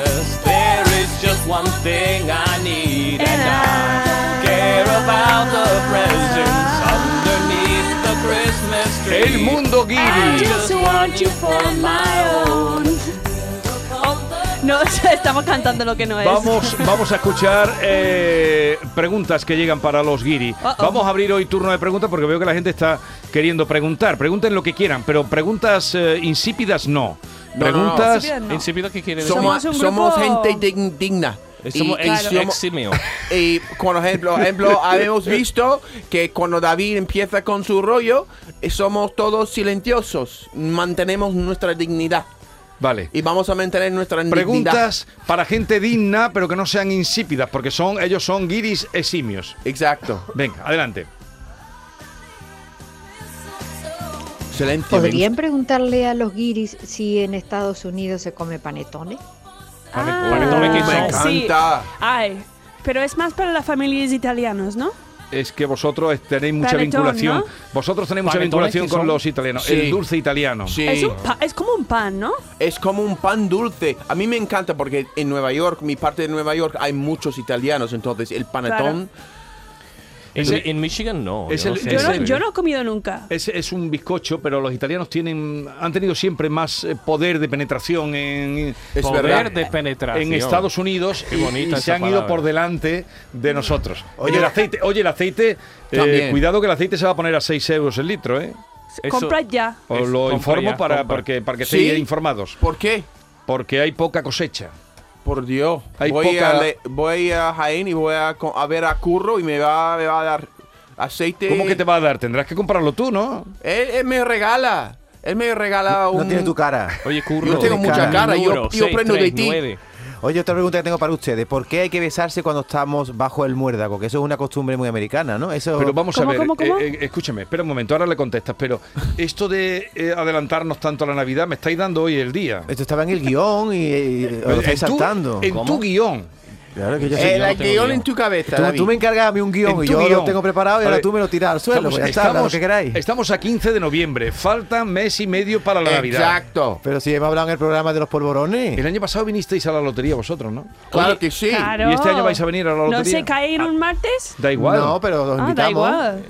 S1: El mundo guiri.
S5: Oh. No, estamos cantando lo que no es.
S1: Vamos, vamos a escuchar eh, preguntas que llegan para los guiri.
S5: Uh-oh.
S1: Vamos a abrir hoy turno de preguntas porque veo que la gente está queriendo preguntar. Pregunten lo que quieran, pero preguntas eh, insípidas no.
S3: No, no, no.
S1: Preguntas.
S5: Insípidas No.
S2: Insípido que quiere decir.
S3: Somos,
S5: Somos un
S3: somos
S5: grupo-
S3: gente dig- digna. Y-
S2: Eh, Somos
S3: y
S2: ex-
S3: somos-
S2: eximio.
S3: Y, por ejemplo, ejemplo, habemos visto que cuando David empieza con su rollo, eh, somos todos silenciosos, mantenemos nuestra dignidad
S1: Vale.
S3: y vamos a mantener nuestra dignidad.
S1: Preguntas para gente digna, pero que no sean insípidas, porque son ellos son guiris eximios.
S3: Exacto.
S1: Venga, adelante.
S3: Silencio.
S8: ¿Podrían preguntarle a los guiris si en Estados Unidos se come panetones?
S2: Pane- panetones que
S3: me
S2: son.
S3: encanta.
S5: Ah. sí. Ay, pero es más para las familias italianas, ¿no?
S1: Es que vosotros tenéis mucha
S5: Panetón,
S1: vinculación.
S5: ¿no?
S1: Vosotros tenéis mucha
S2: Panetones
S1: vinculación
S2: que
S1: con
S2: son-
S1: los italianos.
S3: Sí.
S1: El dulce italiano.
S3: Sí.
S5: Es, un pa- es como un pan, ¿no?
S3: Es como un pan dulce. A mí me encanta porque en Nueva York, mi parte de Nueva York, hay muchos italianos. Entonces, el panetón.
S2: En,
S1: Ese-
S2: Mi- en Michigan no.
S1: es
S2: yo no
S1: el-
S2: sé.
S5: Yo no,
S1: sí.
S5: yo no he comido nunca.
S1: Es, es un bizcocho, pero los italianos tienen, han tenido siempre más eh, poder de penetración en,
S3: Es
S2: Poder
S3: verdad.
S2: de penetración.
S1: en Estados Unidos
S2: Qué
S1: y-
S2: bonita
S1: y, se
S2: esa
S1: han ido
S2: palabra.
S1: por delante de nosotros. Oye,
S3: Oye,
S1: el aceite, oye, el aceite eh,
S3: También.
S1: cuidado que el aceite se va a poner a 6 euros el litro, ¿eh?
S2: Eso-
S5: Compra ya.
S1: Os
S2: Es-
S1: lo
S2: compra
S1: informo
S2: ya,
S1: para,
S2: compra.
S1: porque, para que
S3: ¿Sí?
S1: estéis informados.
S3: ¿Por qué?
S1: Porque hay poca cosecha.
S3: Por Dios.
S1: Hay
S3: voy,
S1: poca-
S3: a le- voy a Jaén y voy a, co- a ver a Curro y me va, me va a dar aceite.
S1: ¿Cómo que te va a dar? Tendrás que comprarlo tú, ¿no?
S3: Él, él me regala. Él me regala un.
S4: No tiene tu cara.
S2: Oye, curro.
S3: Yo tengo mucha
S4: cara,
S3: yo-
S2: Número
S3: yo prendo de
S2: 639.
S3: ti.
S4: Oye, otra pregunta que tengo para ustedes. ¿Por qué hay que besarse cuando estamos bajo el muérdago? Que eso es una costumbre muy americana, ¿no? Eso
S1: Pero vamos
S5: ¿Cómo,
S1: a ver,
S5: cómo, cómo?
S1: eh, eh, escúchame, espera un momento, ahora le contestas, pero esto de eh, adelantarnos tanto a la Navidad, me estáis dando hoy el día.
S4: Esto estaba en el guión y, y os Eh, lo estáis
S1: en tu,
S4: saltando.
S1: en tu guión.
S4: Claro que yo
S3: Eh,
S4: soy-
S3: la
S2: no tengo
S3: guión
S2: guión.
S3: en tu cabeza.
S4: Tú,
S3: David.
S4: tú me encargas a mí un guión
S1: En
S4: y
S1: tu
S4: yo
S1: guión.
S4: lo tengo preparado y ahora
S1: Vale.
S4: tú me lo tiras al suelo. pues ya está, hablad lo que queráis.
S1: estamos a 15 de noviembre, falta mes y medio para la Navidad.
S3: Exacto.
S4: Pero si hemos hablado en el programa de los polvorones.
S1: El año pasado vinisteis a la lotería vosotros, ¿no?
S3: Claro que sí.
S5: Claro.
S1: ¿Y este año vais a venir a la
S5: ¿No
S1: lotería?
S5: se cae en un martes?
S1: Da igual.
S4: No, pero los
S5: Ah, da
S4: invitamos.
S5: igual.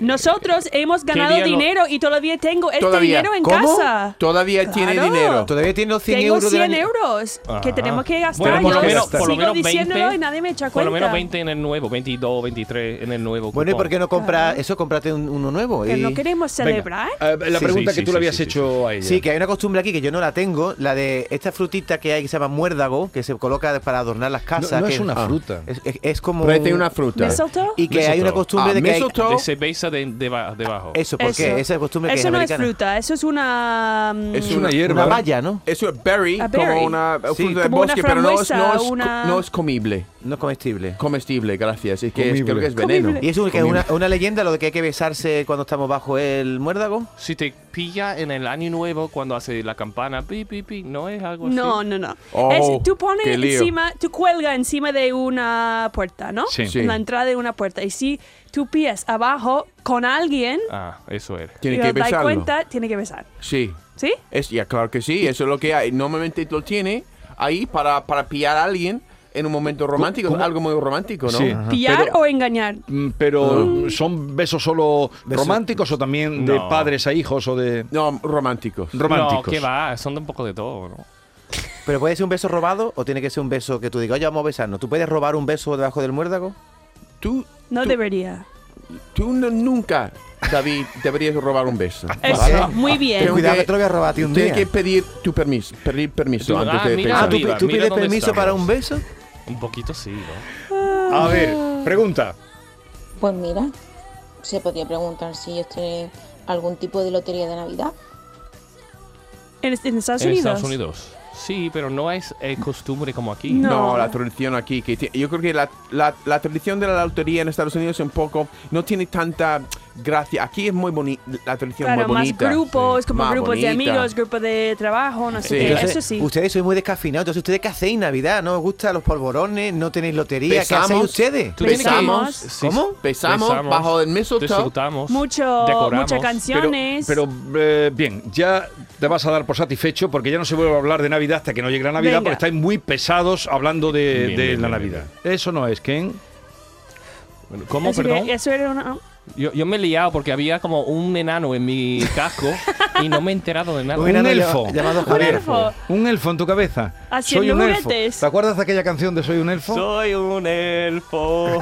S5: Nosotros hemos ganado
S2: día lo-
S5: dinero y todavía tengo este
S3: Todavía.
S5: dinero en
S3: ¿Cómo?
S5: casa.
S3: Todavía tiene
S5: Claro.
S3: dinero.
S4: Todavía tiene los 100
S5: Tengo
S4: euros. del
S5: 100
S4: año-
S5: euros que
S2: Ajá.
S5: tenemos que gastar.
S2: Bueno, por lo
S5: Yo
S2: menos, por
S5: sigo
S2: lo menos 20.
S5: diciéndolo y nadie me echa
S2: Por
S5: cuenta.
S2: lo menos 20 en el nuevo, 22, 23 en el nuevo.
S4: Bueno, ¿y
S2: cupón.
S4: por qué no comprar eso? Comprate un- uno nuevo.
S5: Que
S4: y-
S5: no queremos celebrar.
S1: Eh, la
S2: Sí,
S1: pregunta
S2: sí,
S1: que
S2: sí,
S1: tú le
S2: sí,
S1: habías
S2: sí,
S1: hecho a ella.
S4: Sí, que hay una costumbre aquí que yo no la tengo, la de esta frutita que hay que se llama muérdago, que se coloca para adornar las casas.
S1: no
S4: que
S1: es una fruta.
S4: Es, es- es como.
S3: Parece una fruta.
S5: ¿Mistletoe?
S4: Y que hay una
S2: Mistletoe.
S4: costumbre
S3: Ah,
S4: de que. hay-
S3: mistletoe.
S2: De cerveza de, deba- debajo.
S4: eso, ¿por qué? Esa costumbre que
S5: Eso
S4: es
S5: no
S4: americana.
S5: es fruta, eso es una. mm,
S3: Es
S1: Es una hierba.
S4: Una valla, ¿no?
S3: Eso es berry,
S5: A berry.
S3: como una fruta
S4: Sí.
S3: de
S5: Como una
S3: bosque, pero no es, no,
S5: frambuesa,
S3: es,
S5: una-
S3: no es comible.
S4: No es comestible.
S3: Comestible, gracias. Es que es-
S1: Comible.
S3: creo que es veneno.
S5: Comible.
S4: ¿Y eso que es
S3: Comible.
S4: una, una leyenda, lo de que hay que besarse cuando estamos bajo el muérdago?
S2: Si te pilla en el año nuevo cuando hace la campana, pi, pi, pi, no es algo así.
S5: No, no, no.
S3: Oh,
S5: Es- tú pones
S3: qué lío.
S5: encima, tú cuelga encima de una puerta, ¿no?
S1: Sí.
S3: Sí.
S5: En la entrada de una puerta. Y si tú pillas abajo con alguien
S2: Ah, eso era.
S3: Tiene
S5: y
S3: que
S5: os dais
S3: besarlo.
S5: cuenta, tiene que besar.
S3: Sí.
S5: ¿Sí?
S3: Es, ya, claro que sí. Eso es lo que hay. Normalmente lo tiene ahí para, para pillar a alguien en un momento romántico.
S1: cómo?
S3: Algo muy romántico, ¿no?
S1: Sí.
S5: ¿Pillar
S1: Pero-
S5: o engañar?
S1: Mm, Pero
S4: Ah.
S1: ¿son besos solo
S4: Besos-
S1: románticos o también de
S2: No.
S1: padres a hijos o de
S3: No, romántico.
S1: románticos?
S2: No, que va, son de un poco de todo, ¿no?
S4: ¿Pero puede ser un beso robado o tiene que ser un beso que tú digas, oye, vamos a besarnos? ¿Tú puedes robar un beso debajo del muérdago?
S3: Tú,
S5: No
S3: tú,
S5: debería.
S3: tú no- nunca, David, deberías robar un beso.
S5: Eso,
S4: Vale.
S5: muy
S3: Creo
S4: Ten
S5: bien.
S4: cuidado
S3: que
S4: que te lo voy a robar a ti un
S3: Tienes
S4: día.
S3: que pedir tu permiso. Pedir permiso
S2: Tú-
S3: antes
S2: ah,
S3: de
S2: mira,
S4: Ah,
S3: pensar.
S4: ¿tú,
S2: Arriba,
S4: tú
S2: mira
S4: pides
S2: dónde
S4: permiso
S2: estamos.
S4: para un beso?
S2: Un poquito sí, ¿no?
S1: A ver,
S5: Ah.
S1: pregunta.
S9: Pues mira, se podría preguntar si ellos tienen algún tipo de lotería de Navidad.
S5: ¿En, en Estados
S2: En
S5: Unidos?
S2: Estados Unidos. Sí, pero no es eh, costumbre como aquí.
S5: No.
S3: No, la tradición aquí. Que ti- yo creo que la, la- la tradición de la lotería en Estados Unidos es un poco. No tiene tanta gracia. Aquí es muy bonita. La tradición es
S5: Claro,
S3: muy
S5: más
S3: bonita.
S5: grupos, como
S3: Más
S5: grupos de
S3: bonita.
S5: amigos, grupos de trabajo, no sé
S3: Sí.
S5: qué.
S3: Entonces,
S5: Eh, Eso sí.
S4: Ustedes sois muy descafinados. Entonces, ¿ustedes qué hacéis en Navidad? ¿No os gustan los polvorones? ¿No tenéis lotería?
S3: Besamos.
S4: ¿Qué hacéis ustedes?
S2: Tú tienes que-
S5: Besamos.
S2: Sí,
S3: ¿Cómo? Besamos bajo el mistletoe.
S2: Disfrutamos.
S5: Mucho,
S2: decoramos.
S5: muchas
S1: Pero,
S5: canciones.
S1: pero, eh, bien, ya te vas a dar por satisfecho porque ya no se vuelve a hablar de Navidad hasta que no llegue la Navidad
S5: Venga.
S1: porque estáis muy pesados hablando de,
S2: Bien,
S1: de
S2: bien,
S1: la
S2: bien,
S1: Navidad. Eso no es, Ken.
S2: Bueno, ¿Cómo,
S5: Así que
S2: perdón?
S5: eso era una...
S2: Yo, yo me he liado porque había como un enano en mi casco y no me he enterado de nada.
S1: Un
S4: enano
S1: elfo.
S4: lla- Llamado
S5: Un
S4: Javier.
S5: elfo.
S1: Un elfo en tu cabeza.
S5: Haciendo
S1: Soy un elfo.
S5: juguetes.
S1: ¿Te acuerdas de aquella canción de Soy un elfo?
S2: Soy un elfo.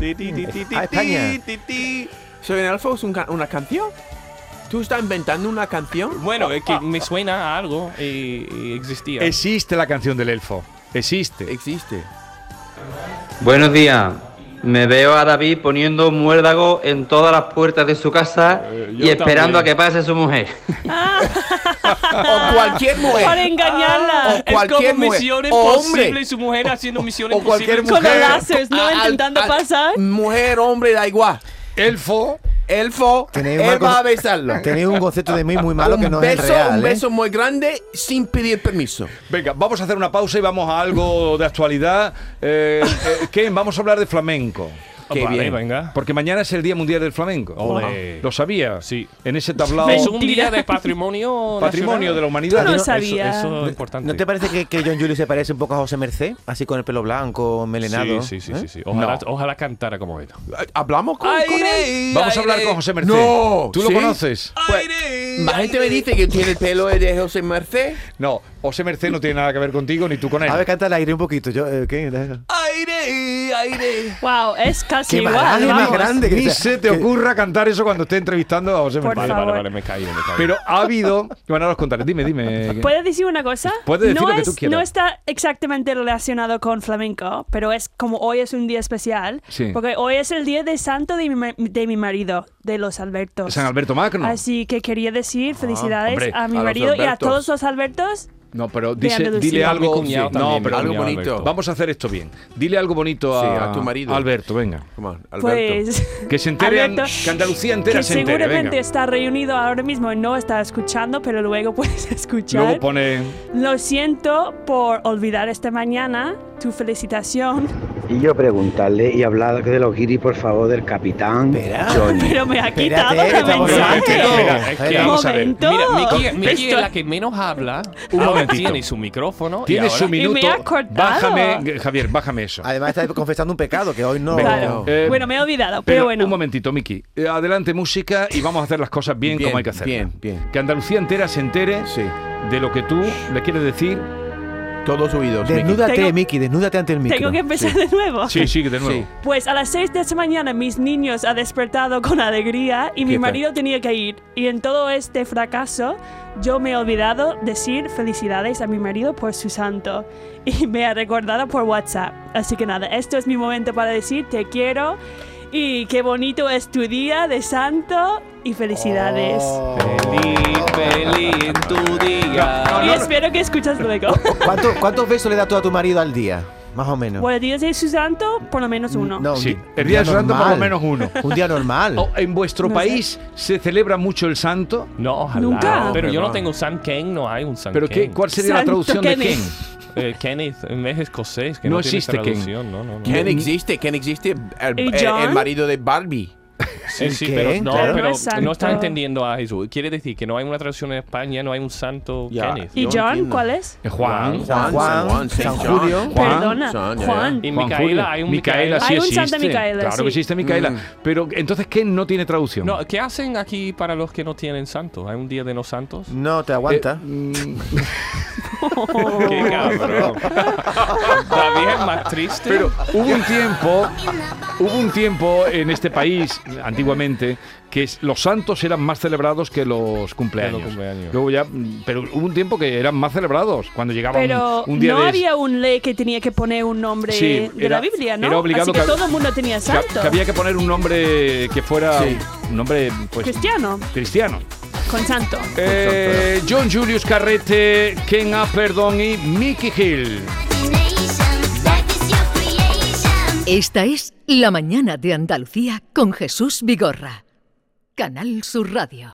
S2: Ti, ti, ti, ti, ti,
S4: Ah, España.
S2: ti, ti, ti.
S3: ¿Soy un elfo? ¿Es un ca- una canción? ¿Tú estás inventando una canción?
S2: Bueno, es que me suena a algo y, y existía.
S1: Existe la canción del elfo. Existe.
S3: Existe.
S7: Buenos días. Me veo a David poniendo muérdago en todas las puertas de su casa
S2: Eh, yo
S7: y esperando
S2: también.
S7: a que pase su mujer.
S3: O cualquier
S5: Para
S3: mujer. Ah.
S5: engañarla.
S3: o cualquier
S2: es como
S3: mujer,
S2: misiones
S3: o hombre,
S2: posibles y su mujer haciendo misiones
S3: o cualquier
S2: imposibles.
S5: Con los
S3: mujer.
S5: láseres, ¿no?
S3: Al-
S5: Intentando
S3: al-
S5: pasar.
S3: Mujer, hombre, da igual.
S1: Elfo.
S3: Elfo,
S4: Tenéis
S3: él
S4: una
S3: va
S4: cosa-
S3: a besarlo.
S4: Tenéis un concepto de mí muy malo
S3: un
S4: que no
S3: beso,
S4: es real.
S3: un
S4: ¿eh?
S3: beso muy grande sin pedir permiso.
S1: Venga, vamos a hacer una pausa y vamos a algo de actualidad. Eh, eh, Ken, vamos a hablar de flamenco.
S2: Ah,
S3: Qué
S2: vale,
S3: bien.
S2: venga.
S1: Porque mañana es el Día Mundial del Flamenco.
S2: Ole.
S1: ¿Lo sabía?
S2: Sí.
S1: En ese tablao
S2: Es un
S5: Mentira.
S2: día de patrimonio
S1: patrimonio de la
S2: nacional.
S1: humanidad.
S5: Tú no
S1: Eso-
S5: sabía.
S2: Eso, eso
S4: ¿No-
S2: es importante.
S4: ¿No te parece que, que John Julio se parece un poco a José Merced? Así con el pelo blanco, melenado.
S2: Sí, sí, sí,
S4: ¿eh?
S2: sí, sí. Ojalá, ojalá cantara como él.
S3: ¿Hablamos con, con él?
S1: Vamos a hablar con José Merced.
S3: No,
S1: ¿Tú lo
S3: ¿sí?
S1: conoces?
S3: Pues, la gente me dice que tiene el pelo de José Merced.
S1: No, José Merced no tiene nada que ver contigo ni tú con él.
S4: A ver, canta el aire un poquito. Yo, eh, ¿qué?
S3: Aire, aire.
S5: Wow, es casi
S4: ¡Qué
S5: igual.
S4: barbaridad más
S5: vamos.
S4: grande!
S1: Ni
S4: Que
S1: se te ocurra cantar eso cuando esté entrevistando a José
S5: Por
S1: Merced.
S2: Vale, vale,
S5: favor.
S2: vale, me he caído, me he caído.
S1: Pero ha habido. Bueno, ahora os contaré. Dime, dime.
S5: ¿Puedes decir una cosa?
S1: Pues Puedes decir
S5: no
S1: lo que
S5: es-
S1: tú quieras.
S5: No está exactamente relacionado con flamenco, pero es como hoy es un día especial.
S1: Sí.
S5: Porque hoy es el día de santo de mi, ma- de mi marido, de los Albertos.
S1: San Alberto Magno.
S5: Así que quería decir felicidades
S1: hombre,
S5: a
S3: a
S5: mi
S3: los
S5: marido y a
S3: Albertos.
S5: todos los Albertos.
S1: No, pero
S5: De
S1: dice,
S5: Andalucía.
S1: dile
S5: A mi
S1: algo.
S2: cuñado
S1: sí,
S2: también,
S1: no, pero
S2: mi
S3: algo
S2: cuñado
S3: bonito.
S2: Alberto.
S1: vamos a hacer esto bien. Dile algo bonito a,
S3: Sí, a tu marido.
S1: Alberto, venga.
S3: Come on, Alberto.
S5: Pues.
S1: Que se entere,
S5: Alberto,
S1: que Andalucía entera
S5: que
S1: se entere.
S5: seguramente
S1: venga.
S5: está reunido ahora mismo y no está escuchando, pero luego puedes escuchar.
S1: Luego pone.
S5: Lo siento por olvidar esta mañana tu felicitación.
S10: Y yo preguntarle y hablar de los guiris, por favor, del capitán Johnny.
S5: Pero me ha
S10: Espérate,
S5: quitado
S10: que
S5: la
S10: estamos
S5: mensaje.
S10: hablando.
S2: Mira, es que-
S5: vamos a ver. Momento.
S2: Mira, Miki- Miki
S5: Esto-
S2: es la que menos habla.
S1: Un
S2: Ahora
S1: momentito.
S2: Tiene su micrófono. y
S1: Tienes
S2: ahora-
S1: su minuto.
S5: cortado.
S1: Bájame, eh, Javier, bájame eso.
S4: Además, está confesando un pecado que hoy no.
S1: Venga.
S4: no.
S1: Eh,
S5: Bueno, me he olvidado, pero,
S1: pero
S5: bueno.
S1: un momentito, Miki. Eh, Adelante música y vamos a hacer las cosas bien,
S3: Bien,
S1: como hay que hacer.
S3: bien, bien.
S1: Que Andalucía entera se entere
S3: Sí.
S1: de lo que tú le quieres decir.
S3: Todos oídos. Miki.
S4: Desnúdate,
S5: Pues Tengo-
S4: Miki, desnúdate ante el micro.
S5: Tengo que empezar de nuevo.
S1: Sí, sí, de nuevo.
S3: Sí.
S5: Pues a las 6 de esta mañana mis niños han despertado con alegría y mi
S3: ¿Qué tal?
S5: marido tenía que ir. Y en todo este fracaso yo me he olvidado decir felicidades a mi marido por su santo. Y me ha recordado por WhatsApp. Así que nada, esto es mi momento para decir te quiero y qué bonito es tu día de santo y felicidades.
S4: Oh.
S2: Feliz, feliz en tu día.
S5: y espero que escuchas luego.
S4: ¿Cuánto- ¿Cuántos besos le das tú a tu marido al día? Más o menos.
S5: por el día de su santo, por lo menos uno.
S4: No, un
S1: Sí,
S4: di- un
S1: el día de santo por lo
S4: normal.
S1: menos uno.
S4: Un día normal.
S2: Oh,
S1: O, Oh, ¿En vuestro
S5: No sé.
S1: país se celebra mucho el santo?
S2: No, ojalá.
S5: Nunca.
S2: Pero yo no
S3: Perdón.
S2: tengo San Ken, no hay un San
S1: ¿Pero qué,
S2: Ken.
S1: cuál sería la
S5: Santo
S1: traducción de
S5: Kenneth.
S1: Ken?
S2: Eh, Kenneth en vez es escocés, que
S1: No
S2: no, tiene
S1: existe Ken.
S2: traducción, no, no, no.
S3: ¿Quién existe? ¿Quién existe? El,
S5: ¿Y
S3: el- el
S5: John?
S3: marido de Barbie.
S2: Sí,
S4: ¿El
S2: sí,
S4: Ken?
S1: ¿eh?
S2: pero, no,
S4: Claro.
S5: Pero
S2: pero
S5: es santo.
S2: no está entendiendo a Jesús. Quiere decir que no hay una traducción en España, no hay un santo
S3: Ya.
S2: Kenneth.
S5: ¿Y
S3: Yo no
S5: John
S3: entiendo.
S5: cuál es?
S1: Eh, Juan.
S4: San Juan, San Julio.
S3: Juan.
S5: Perdona,
S3: Son, ya, ya.
S5: Juan.
S2: Y
S1: Juan Julio.
S2: Micaela, hay un Micaela. Mm.
S1: sí
S5: Hay un Santa
S1: existe.
S5: Micaela,
S1: Claro que
S5: sí.
S1: existe Micaela. Pero entonces, ¿qué no tiene traducción?
S2: No, ¿qué hacen aquí para los que no tienen santos? ¿Hay un día de no santos?
S4: No, te
S1: Eh,
S4: aguanta.
S2: ¡Qué cabrón! David es más triste.
S1: Pero hubo un tiempo, hubo un tiempo en este país, antiguamente, que es- los santos eran más celebrados que los cumpleaños.
S2: Que los cumpleaños.
S1: Luego ya, mm, pero hubo un tiempo que eran más celebrados, cuando llegaba un-
S5: Pero
S1: un, día
S5: no
S1: de
S5: había un ley que tenía que poner un nombre
S1: Sí,
S5: de
S1: era-
S5: la Biblia, ¿no?
S1: era obligado
S5: Así que,
S1: que-
S5: todo el mundo tenía
S1: que-
S5: santo.
S1: que había que poner un nombre que fuera
S3: Sí.
S1: un nombre pues,
S5: Cristiano,
S1: cristiano.
S5: con santo.
S1: Eh, John Julius Carrete, Ken Perdón y Mickey Hill.
S11: Esta es La Mañana de Andalucía con Jesús Vigorra. Canal Sur Radio.